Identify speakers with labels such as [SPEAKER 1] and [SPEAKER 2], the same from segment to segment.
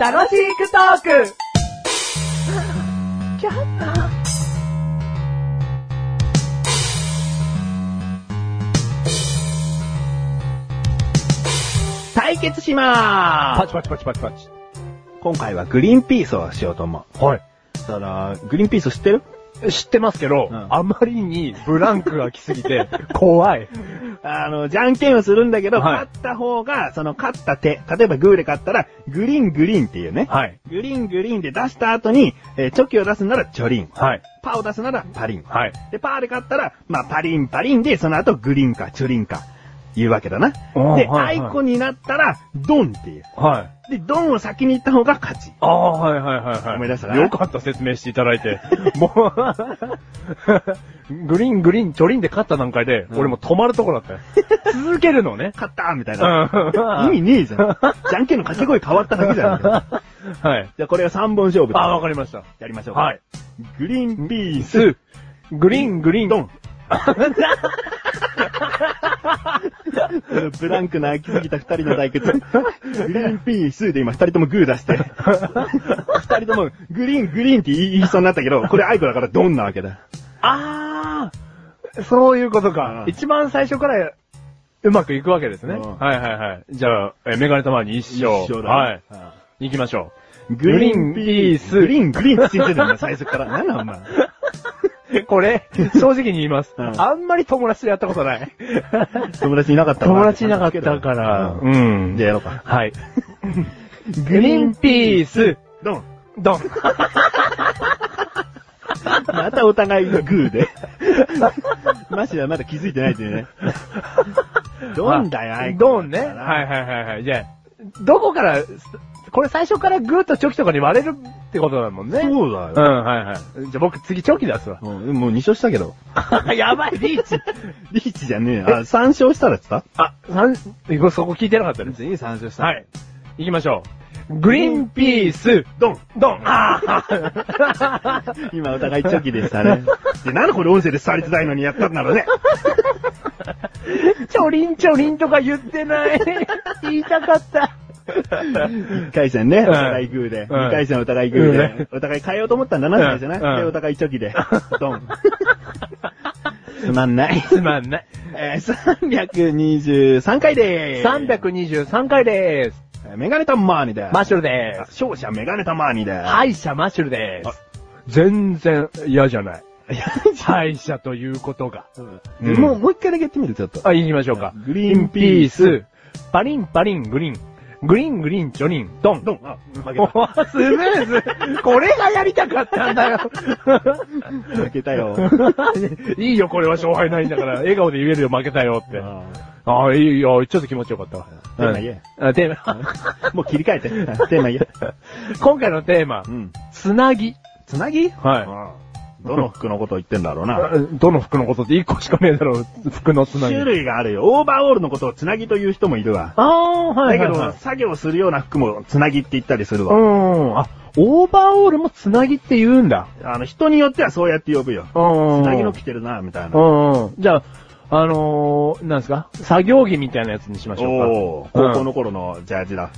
[SPEAKER 1] 楽しくトーク
[SPEAKER 2] 対決しま
[SPEAKER 3] パ
[SPEAKER 2] ー
[SPEAKER 3] チパチパチパチパチ。
[SPEAKER 2] す今回はグリーンピースをしようと思
[SPEAKER 3] は
[SPEAKER 2] う。その、グリーンピース知ってる
[SPEAKER 3] い。知ってますけど、
[SPEAKER 2] うん
[SPEAKER 3] あまりにブランクが来すぎて、 怖い。
[SPEAKER 2] あの、じゃんけんをするんだけど、
[SPEAKER 3] はい
[SPEAKER 2] 勝った方が、その勝った手、例えばグーで勝ったら、グリーングリーンっていうね。
[SPEAKER 3] はい。
[SPEAKER 2] グリーングリーンで出した後に、えーチョキを出すならチョリン。
[SPEAKER 3] はい。
[SPEAKER 2] パーを出すならパリン。
[SPEAKER 3] はい。
[SPEAKER 2] で、パーで勝ったら、まあ、パリンパリンで、その後グリーンかチョリンか、いうわけだな。
[SPEAKER 3] おー
[SPEAKER 2] で、
[SPEAKER 3] はいはい
[SPEAKER 2] アイコになったら、ドンっていう。
[SPEAKER 3] はい。
[SPEAKER 2] で、ドンを先に行った方が勝ち。
[SPEAKER 3] ああ、はいはいはいはい。
[SPEAKER 2] 思い出したな
[SPEAKER 3] よかった説明していただいて。もう、 グリーングリーン、チョリンで勝った段階で、
[SPEAKER 2] うん
[SPEAKER 3] 俺もう止まるとこだ ったよ。続けるのね。
[SPEAKER 2] 勝ったーみたいな。
[SPEAKER 3] 意
[SPEAKER 2] 意味ねえじゃん。じゃんけんの掛け声変わっただけじゃん。 じゃ
[SPEAKER 3] はい。
[SPEAKER 2] あこれが3本勝負で
[SPEAKER 3] あ、わかりました。
[SPEAKER 2] やりましょう。
[SPEAKER 3] はい。。
[SPEAKER 2] グリーンピース、
[SPEAKER 3] ス、グリーングリーン、
[SPEAKER 2] ドン。 ブランクな空きすぎた二人の対決。グリーンピースで今二人ともグー出 して。二人ともグリーングリーンって言い言いそうになったけど、これアイコだからドンなわけだ。
[SPEAKER 3] あー、そういうことか
[SPEAKER 2] う。ん
[SPEAKER 3] 一番最初から、うまくいくわけですね。
[SPEAKER 2] うん
[SPEAKER 3] はいはいはい。じゃあ、えメガネ玉に一生。
[SPEAKER 2] 一緒だね
[SPEAKER 3] はい。行きましょ
[SPEAKER 2] グリーンピース。グ
[SPEAKER 3] グリ
[SPEAKER 2] リーングリーンって信じてるんだ、最初から。なんだお前。
[SPEAKER 3] う。これ、正直に言います。
[SPEAKER 2] うん
[SPEAKER 3] あんまり友達でやったことない。
[SPEAKER 2] 友達いなかったわ
[SPEAKER 3] 友達いなかったから。
[SPEAKER 2] うん
[SPEAKER 3] うん。
[SPEAKER 2] じゃあやろうか。
[SPEAKER 3] はい。
[SPEAKER 2] グ
[SPEAKER 3] グリーンピース、
[SPEAKER 2] ドン。
[SPEAKER 3] ドン。
[SPEAKER 2] またお互いがグーで。 マシはまだ気づいてないって いうね。ドンだよ、アイコ
[SPEAKER 3] ドンね。はいはいはいはい。じゃあ、どこから、すこれ最初からグーとチョキとかに割れるってことだもんね。う
[SPEAKER 2] そうだ
[SPEAKER 3] ん、
[SPEAKER 2] よ。
[SPEAKER 3] はいはい。じゃあ僕次チョキ出すわ。
[SPEAKER 2] うん、もう2勝したけど。
[SPEAKER 3] やばい、リーチ。
[SPEAKER 2] リーチじゃねえよ。あ、3勝したらって言っ
[SPEAKER 3] あ、三、そこ聞いてなかった
[SPEAKER 2] た
[SPEAKER 3] です。
[SPEAKER 2] 全員3勝し
[SPEAKER 3] はい。行きましょう。グリーンピース、
[SPEAKER 2] ドン
[SPEAKER 3] ドン。あー
[SPEAKER 2] 今お互いチョキでした ね。で、なんでこれ音声で伝わりづらいのにやったんだろうね。
[SPEAKER 3] チョリンチョリンとか言ってない。 言いたかった。
[SPEAKER 2] 1回戦ね、お互いグーで。
[SPEAKER 3] ん
[SPEAKER 2] 2回戦お互いグー
[SPEAKER 3] う
[SPEAKER 2] で。お互い変えようと思ったんだな、最初ね。
[SPEAKER 3] うんうん
[SPEAKER 2] で、お互いチョキ で。ドン。つまんない。
[SPEAKER 3] つまんない。
[SPEAKER 2] えー、323回でーす。
[SPEAKER 3] 323回でーす。
[SPEAKER 2] メガネタマーニでーす。
[SPEAKER 3] マッシュルでーす。
[SPEAKER 2] 勝者メガネタマーニでーす。
[SPEAKER 3] 敗者マッシュルでーす。全然嫌じゃ ない。
[SPEAKER 2] いや
[SPEAKER 3] 敗者ということが。うん
[SPEAKER 2] もう、もう一回だけやってみる、ちょっと。
[SPEAKER 3] あ、行きましょうか。
[SPEAKER 2] グリーンピース、
[SPEAKER 3] パリンパリングリーン、グリーングリーンチョリン、ドン。
[SPEAKER 2] ドン、あ、負け
[SPEAKER 3] も
[SPEAKER 2] た。
[SPEAKER 3] うスムーズ。これがやりたかったんだよ。
[SPEAKER 2] 負けたよ。
[SPEAKER 3] いいよ、これは勝敗ないんだから。笑顔で言えるよ、負けたよって。ああ、いいよ、ちょっと気持ちよかったわ。
[SPEAKER 2] テーマ言え
[SPEAKER 3] うんあテーマ。
[SPEAKER 2] もう切り替えて。テーマ言え。
[SPEAKER 3] 今回のテーマ
[SPEAKER 2] う、ん。
[SPEAKER 3] つなぎ。
[SPEAKER 2] つなぎ
[SPEAKER 3] は
[SPEAKER 2] どの服のことを言ってんだろうな。
[SPEAKER 3] い。どの服のことって1個しかねえだろう、服の つなぎ。
[SPEAKER 2] 種類があるよ。オーバーオールのことをつなぎという人もいるわ。
[SPEAKER 3] ああ、は
[SPEAKER 2] だ
[SPEAKER 3] いは
[SPEAKER 2] け
[SPEAKER 3] いは
[SPEAKER 2] ど
[SPEAKER 3] い。、
[SPEAKER 2] 作業するような服もつなぎって言ったりする
[SPEAKER 3] う
[SPEAKER 2] わ。
[SPEAKER 3] ん。あ、オーバーオールもつなぎって言うんだ。
[SPEAKER 2] あの、人によってはそうやって呼ぶよ。
[SPEAKER 3] う
[SPEAKER 2] つ
[SPEAKER 3] ん。
[SPEAKER 2] なぎの着てるな、みたいな。
[SPEAKER 3] うんうん。じゃあ、あのー、なんですか作業着みたいなやつにしましょう
[SPEAKER 2] おお、
[SPEAKER 3] うん
[SPEAKER 2] 高校の頃のジャージだ。
[SPEAKER 3] か。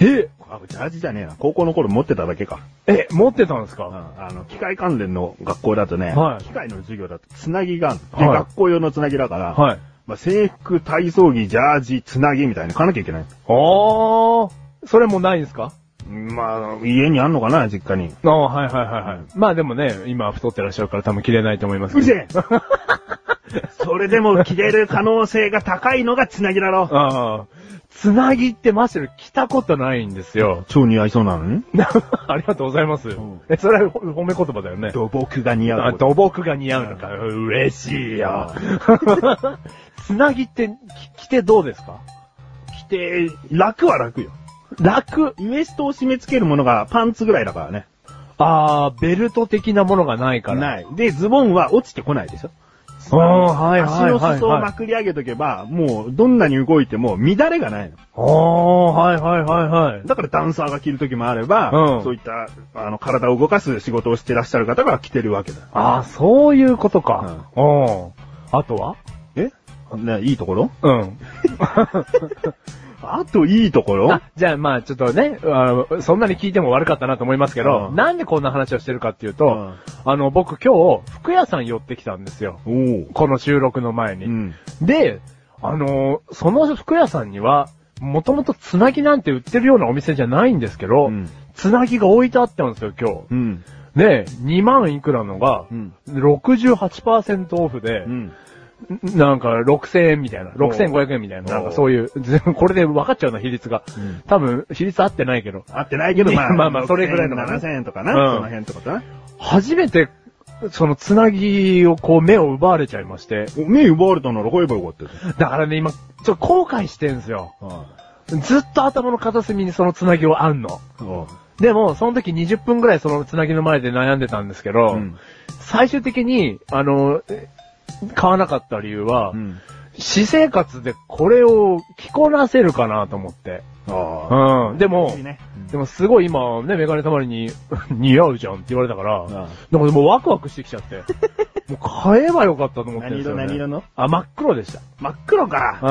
[SPEAKER 3] え
[SPEAKER 2] あ、ジャージじゃねえな。高校の頃持ってただけか。
[SPEAKER 3] え、持ってたんです
[SPEAKER 2] うん
[SPEAKER 3] か、
[SPEAKER 2] あの、機械関連の学校だとね、
[SPEAKER 3] はい
[SPEAKER 2] 機械の授業だと、つなぎがあるの
[SPEAKER 3] は
[SPEAKER 2] で、
[SPEAKER 3] い
[SPEAKER 2] 学校用のつなぎだから、
[SPEAKER 3] はい。
[SPEAKER 2] まあ、制服、体操着、ジャージ、つなぎみたいなの買わなきゃいけない。
[SPEAKER 3] おー。それもないんですか
[SPEAKER 2] まあ、家にあんのかな、実家に。
[SPEAKER 3] ああ、はいはいはいはい。まあでもね、今太ってらっしゃるから多分着れないと思いますけど。
[SPEAKER 2] えそれでも着れる可能性が高いのがつなぎだろ。。
[SPEAKER 3] ああ。つなぎってマッシュル着たことないんですよ
[SPEAKER 2] 超似合いそうなのに
[SPEAKER 3] ありがとうございます。
[SPEAKER 2] ん
[SPEAKER 3] え、それは褒め言葉だよね。
[SPEAKER 2] 土木が似合
[SPEAKER 3] あ
[SPEAKER 2] う。
[SPEAKER 3] 土木が似合うのか。嬉しいよ。 つなぎってき着てどうですか
[SPEAKER 2] 着て、楽は楽よ。
[SPEAKER 3] 楽。
[SPEAKER 2] ウエストを締め付けるものがパンツぐらいだからね。
[SPEAKER 3] あー、ベルト的なものがないから。い。
[SPEAKER 2] ない。で、ズボンは落ちてこないでしょ
[SPEAKER 3] あー、はいはいはい、はい。
[SPEAKER 2] 足の裾をまくり上げとけば、もう、どんなに動いても乱れがないの。
[SPEAKER 3] あー、はいはいはいはい。
[SPEAKER 2] だからダンサーが着る時もあれば、
[SPEAKER 3] うん
[SPEAKER 2] そういった、あの、体を動かす仕事をしてらっしゃる方が着てるわけだ。
[SPEAKER 3] あー、そういうことか。うん。あとは
[SPEAKER 2] えね、いいところ
[SPEAKER 3] うん。
[SPEAKER 2] あといいところ
[SPEAKER 3] あ、じゃあまあちょっとね、あのそんなに聞いても悪かったなと思いますけど、
[SPEAKER 2] うん
[SPEAKER 3] なんでこんな話をしてるかっていうと、
[SPEAKER 2] うん
[SPEAKER 3] あの僕今日、服屋さん寄ってきたんですよ。
[SPEAKER 2] おう
[SPEAKER 3] この収録の前に。
[SPEAKER 2] うん。
[SPEAKER 3] で、あのーその服屋さんには、もともとつなぎなんて売ってるようなお店じゃないんですけど、
[SPEAKER 2] うん
[SPEAKER 3] つなぎが置いてあったんですよ、今
[SPEAKER 2] うん。
[SPEAKER 3] 日。で、2万いくらのが
[SPEAKER 2] う、ん。
[SPEAKER 3] 68%オフで、
[SPEAKER 2] うん。
[SPEAKER 3] んなんか6000円みたいな、6500円みたいな、なんかそういう、全部これで分かっちゃうな、比率が。
[SPEAKER 2] うん
[SPEAKER 3] 多分、比率合ってないけど。
[SPEAKER 2] 合ってないけど、まあ、
[SPEAKER 3] まあまあそれぐらいのかな
[SPEAKER 2] 7000円とかな、
[SPEAKER 3] うん
[SPEAKER 2] その辺とかかな。
[SPEAKER 3] 初めて、そのつなぎをこう目を奪われちゃいまして。
[SPEAKER 2] お目奪われたなら買えばよかったよ。
[SPEAKER 3] だからね、今、ちょっと後悔してんすよ。
[SPEAKER 2] あ
[SPEAKER 3] ずっと頭の片隅にそのつなぎをあんの。
[SPEAKER 2] あ
[SPEAKER 3] でも、その時20分ぐらいそのつなぎの前で悩んでたんですけど、
[SPEAKER 2] うん
[SPEAKER 3] 最終的に、あの、え買わなかった理由は、
[SPEAKER 2] うん。
[SPEAKER 3] 私生活でこれを着こなせるかなと思って。
[SPEAKER 2] あ
[SPEAKER 3] うん。でも
[SPEAKER 2] あ。いい、ね。
[SPEAKER 3] でもすごい今、ね、メガネたまりに 似合うじゃんって言われたから、
[SPEAKER 2] ああ
[SPEAKER 3] でももうワクワクしてきちゃ って。もう買えばよかったと思ってる
[SPEAKER 2] 何
[SPEAKER 3] んですよ、
[SPEAKER 2] 色
[SPEAKER 3] ね。
[SPEAKER 2] 何色の
[SPEAKER 3] あ、真っ黒でし
[SPEAKER 2] 真っ黒か。
[SPEAKER 3] た。う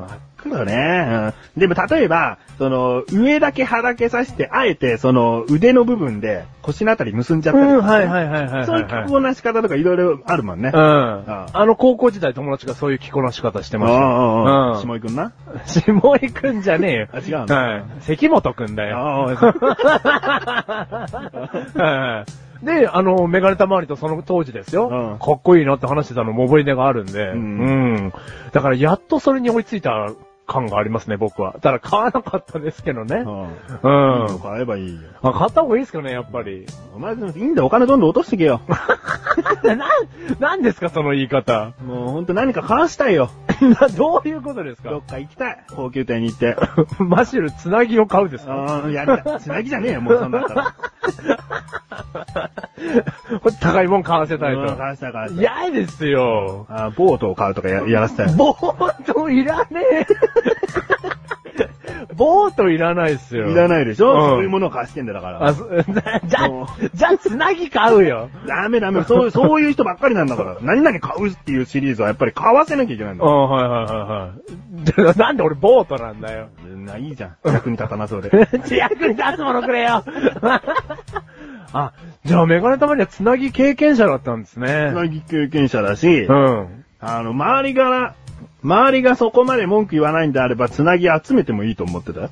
[SPEAKER 3] ん。
[SPEAKER 2] 黒ね。うんでも例えば、その、上だけはだけさして、あえて、その、腕の部分で腰のあたり結んじゃったりとか
[SPEAKER 3] うん、はいはいはいはいはい、はい。
[SPEAKER 2] そういう着こなし方とかいろいろあるもんね。
[SPEAKER 3] うん。
[SPEAKER 2] あ
[SPEAKER 3] あの高校時代友達がそういう着こなし方してましたよ。
[SPEAKER 2] ああ、あ
[SPEAKER 3] う
[SPEAKER 2] あ、
[SPEAKER 3] ん
[SPEAKER 2] 下井くんな。
[SPEAKER 3] 下井くんじゃねえよ。
[SPEAKER 2] あ違うの
[SPEAKER 3] はい。関本くんだよ。
[SPEAKER 2] ああ、
[SPEAKER 3] はいで、あの、メガネた周りとその当時ですよ。
[SPEAKER 2] うん
[SPEAKER 3] かっこいいなって話してたのも覚え出があるんで。
[SPEAKER 2] うん
[SPEAKER 3] うんだからやっとそれに追いついた感がありますね、僕は。ただ買わなかったですけど
[SPEAKER 2] う。
[SPEAKER 3] ね。うんん。
[SPEAKER 2] いいよ買えばいいよ。
[SPEAKER 3] あ買った方がいいですかね、やっぱり。
[SPEAKER 2] お前、いいんだよ、お金どんどん落としてけよ。
[SPEAKER 3] な、なんですか、その言い方。
[SPEAKER 2] もうほんと何か買わしたいよ。
[SPEAKER 3] などういうことです
[SPEAKER 2] ど
[SPEAKER 3] か
[SPEAKER 2] っか行きたい。高級店に行って。
[SPEAKER 3] マシュル、つなぎを買うですか
[SPEAKER 2] ああ、やりたい。つなぎじゃねえよ、もうそ んなったら。
[SPEAKER 3] これ高いもん買わせたい
[SPEAKER 2] うん買
[SPEAKER 3] と。
[SPEAKER 2] わしたから。
[SPEAKER 3] 嫌ですよ。
[SPEAKER 2] ああ、ボートを買うとかややらせたよ。
[SPEAKER 3] ボートいらねえ。ボートいらないっすよ。
[SPEAKER 2] いら
[SPEAKER 3] い。
[SPEAKER 2] ないでしょ、
[SPEAKER 3] うん
[SPEAKER 2] そういうものを貸してんだだから。
[SPEAKER 3] あ、そ じゃ
[SPEAKER 2] もう、
[SPEAKER 3] じゃ、つなぎ買うよ。
[SPEAKER 2] ダメダメ。そう、そういう人ばっかりなんだ から。何々買うっていうシリーズはやっぱり買わせなきゃいけないん
[SPEAKER 3] う
[SPEAKER 2] だか
[SPEAKER 3] ん、はいはいはいはい。なんで俺ボートなんだよ。
[SPEAKER 2] ら。ないいじゃん。役に立たなそうで。
[SPEAKER 3] 役に立つものくれよ。 あ、じゃあメガネたまにはつなぎ経験者だったんですね
[SPEAKER 2] つ。なぎ経験者だし、
[SPEAKER 3] うん。
[SPEAKER 2] あの、周りから、周りがそこまで文句言わないんであれば、つなぎ集めてもいいと思ってたよ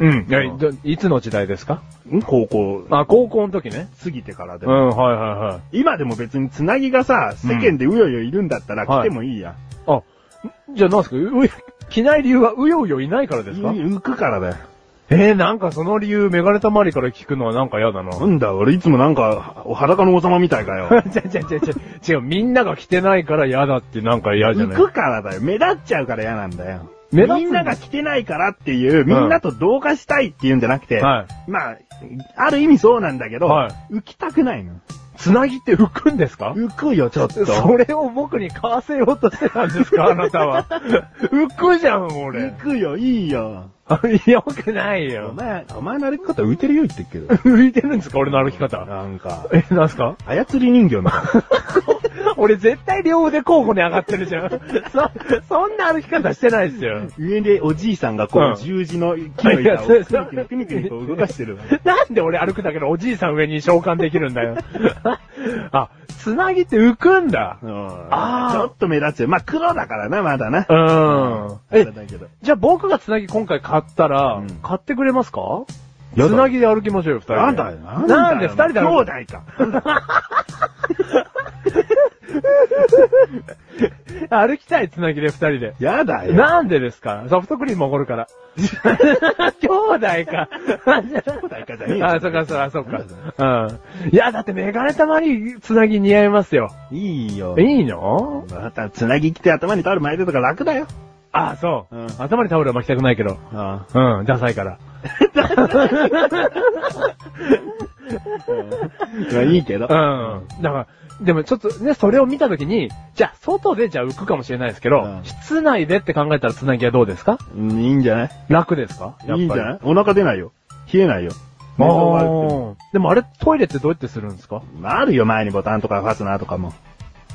[SPEAKER 3] うん。いやいどいつの時代ですか
[SPEAKER 2] ん高校
[SPEAKER 3] あ、高校の時ね。
[SPEAKER 2] 過ぎてからで
[SPEAKER 3] う
[SPEAKER 2] も。
[SPEAKER 3] ん、はいはいはい。
[SPEAKER 2] 今でも別につなぎがさ、世間でうようよいるんだったら
[SPEAKER 3] うん
[SPEAKER 2] 来てもいいや。
[SPEAKER 3] あ、じゃあなんですかう、う着ない理由はうようよいないからですか
[SPEAKER 2] 浮くからだよ。
[SPEAKER 3] えー、なんかその理由、メガネたまりから聞くのはなんか嫌だな。
[SPEAKER 2] なんだ、俺いつもなんか、お裸の王様みたいかよ。
[SPEAKER 3] じゃじゃじゃじゃ違う、みんなが着てないから嫌だってなんか嫌じゃ
[SPEAKER 2] 浮
[SPEAKER 3] ない
[SPEAKER 2] くからだよ。目立っちゃうから嫌なんだよ。
[SPEAKER 3] 目立つんだ
[SPEAKER 2] みんなが着てないからっていう、みんなと同化したいっていうんじゃなくて、
[SPEAKER 3] は
[SPEAKER 2] まあ、ある意味そうなんだけど、
[SPEAKER 3] はい
[SPEAKER 2] 浮きたくないの。
[SPEAKER 3] つなぎって浮くんですか
[SPEAKER 2] 浮くよ、ちょっと。
[SPEAKER 3] それを僕に買わせようとしてたんで すかあなたは。浮くじゃん、
[SPEAKER 2] 浮
[SPEAKER 3] 俺。
[SPEAKER 2] くよ、いいよ。
[SPEAKER 3] よくない
[SPEAKER 2] お
[SPEAKER 3] よ。
[SPEAKER 2] 前、お前の歩き方浮いてるよ言ってるけど。
[SPEAKER 3] 浮いてるんですか俺の歩き方。
[SPEAKER 2] なんか、
[SPEAKER 3] え、なん すか
[SPEAKER 2] 操り人形みたいな。
[SPEAKER 3] 俺絶対両腕交互に上がってるじゃん。そ、そんな歩き方してないですよ。
[SPEAKER 2] 上でおじいさんがこ
[SPEAKER 3] うん
[SPEAKER 2] う十字の木の板を
[SPEAKER 3] いやそう
[SPEAKER 2] くにくにくにくにこう動かしてる。
[SPEAKER 3] なんで俺歩くだけでおじいさん上に召喚できるん だよ。あ、つなぎって浮くんだ。あー
[SPEAKER 2] あちょっと目立つよ。まあ、黒だからな、まだな。
[SPEAKER 3] うん。
[SPEAKER 2] え
[SPEAKER 3] え、じゃあ僕がつなぎ今回買ったら、
[SPEAKER 2] うん
[SPEAKER 3] 買ってくれますか
[SPEAKER 2] や
[SPEAKER 3] つ
[SPEAKER 2] だ
[SPEAKER 3] なぎで歩きましょうよ、二人で。
[SPEAKER 2] なんだよ、
[SPEAKER 3] なんで二人で歩
[SPEAKER 2] 兄
[SPEAKER 3] く
[SPEAKER 2] 弟か。
[SPEAKER 3] 歩きたい、つなぎで二人で。
[SPEAKER 2] やだよ。
[SPEAKER 3] なんでですかソフトクリームおご るから。兄弟か。
[SPEAKER 2] 兄弟かじゃねえよ
[SPEAKER 3] あ、そっかそっかそっか。うん。いや、だってメガネたまにつなぎ似合いますよ。
[SPEAKER 2] いいよ。
[SPEAKER 3] いいの
[SPEAKER 2] また、つなぎ着て頭にタオル巻いてとか楽だよ。
[SPEAKER 3] あ、そう、
[SPEAKER 2] うん
[SPEAKER 3] 頭にタオルは巻きたくないけど。
[SPEAKER 2] あ
[SPEAKER 3] うん、ダサいから。
[SPEAKER 2] あ。いいけど。
[SPEAKER 3] うん。だから、でもちょっとね、それを見たときに、じゃあ、外でじゃあ浮くかもしれないですけど、
[SPEAKER 2] うん
[SPEAKER 3] 室内でって考えたらつなぎはどうですか
[SPEAKER 2] うんいいんじゃない
[SPEAKER 3] 楽ですかやっぱり
[SPEAKER 2] いいんじゃないお腹出ないよ。冷えないよ。
[SPEAKER 3] あ
[SPEAKER 2] 寝相が悪くても
[SPEAKER 3] ーでもあれ、トイレってどうやってするんですか
[SPEAKER 2] まああるよ、前にボタンとかファスナーとかも。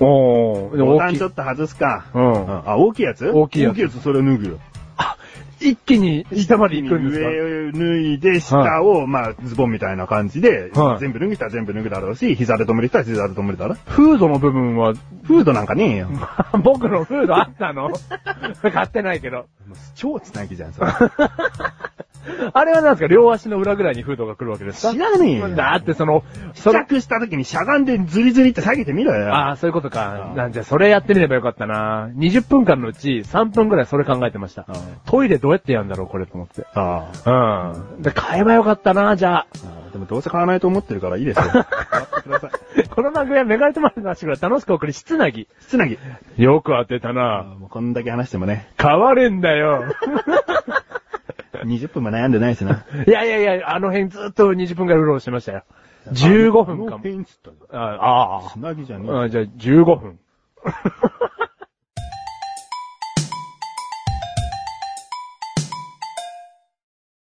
[SPEAKER 3] おー、でも
[SPEAKER 2] ボタ
[SPEAKER 3] 大き
[SPEAKER 2] ン
[SPEAKER 3] い
[SPEAKER 2] ちょ。っと外すか。
[SPEAKER 3] うん
[SPEAKER 2] あ、大きいやつ
[SPEAKER 3] 大きいやつ
[SPEAKER 2] 大きいやつ、それを脱ぐよ。
[SPEAKER 3] あ、一気に下まで行くんですか
[SPEAKER 2] 上を脱いで、下を、まあ、ズボンみたいな感じで、
[SPEAKER 3] はい
[SPEAKER 2] 全部脱ぐ人は全部脱ぐだろうし、膝で止める人は膝で止めるだろう。
[SPEAKER 3] フードの部分は、
[SPEAKER 2] フードなんかねえよ。
[SPEAKER 3] 僕のフードあったの 買ってないけど。
[SPEAKER 2] 超つなぎじゃん、そ れ。
[SPEAKER 3] あれはなんですか両足の裏ぐらいにフードが来るわけですか
[SPEAKER 2] 知らねえよ。
[SPEAKER 3] だってその、
[SPEAKER 2] 試
[SPEAKER 3] その、
[SPEAKER 2] 着した時にしゃがんでズリズリって下げてみろよ。
[SPEAKER 3] ああ、そういうことか
[SPEAKER 2] う。ん
[SPEAKER 3] なんじゃ、それやってみればよかったな。20分間のうち3分ぐらいそれ考えてました
[SPEAKER 2] うん。
[SPEAKER 3] トイレどうやってやるんだろう、これと思って。
[SPEAKER 2] あ
[SPEAKER 3] うん。で、買えばよかったな、じゃあ。
[SPEAKER 2] あ。でもどうせ買わないと思ってるからいいですよ。買ってください。
[SPEAKER 3] この番組はメガネとマルの足から楽しく送り、室なぎ。
[SPEAKER 2] つなぎ。
[SPEAKER 3] よく当てたな。
[SPEAKER 2] もうこんだけ話してもね、
[SPEAKER 3] 変わるんだよ。
[SPEAKER 2] 20分も悩んでないしな。
[SPEAKER 3] いやいやいや、あの辺ずっと20分ぐらいうろうろしてましたよ。15分
[SPEAKER 2] あ
[SPEAKER 3] か
[SPEAKER 2] の
[SPEAKER 3] も。
[SPEAKER 2] 辺っつったよ
[SPEAKER 3] ああ
[SPEAKER 2] つなぎじゃねえ。
[SPEAKER 3] あ、じゃあ15分。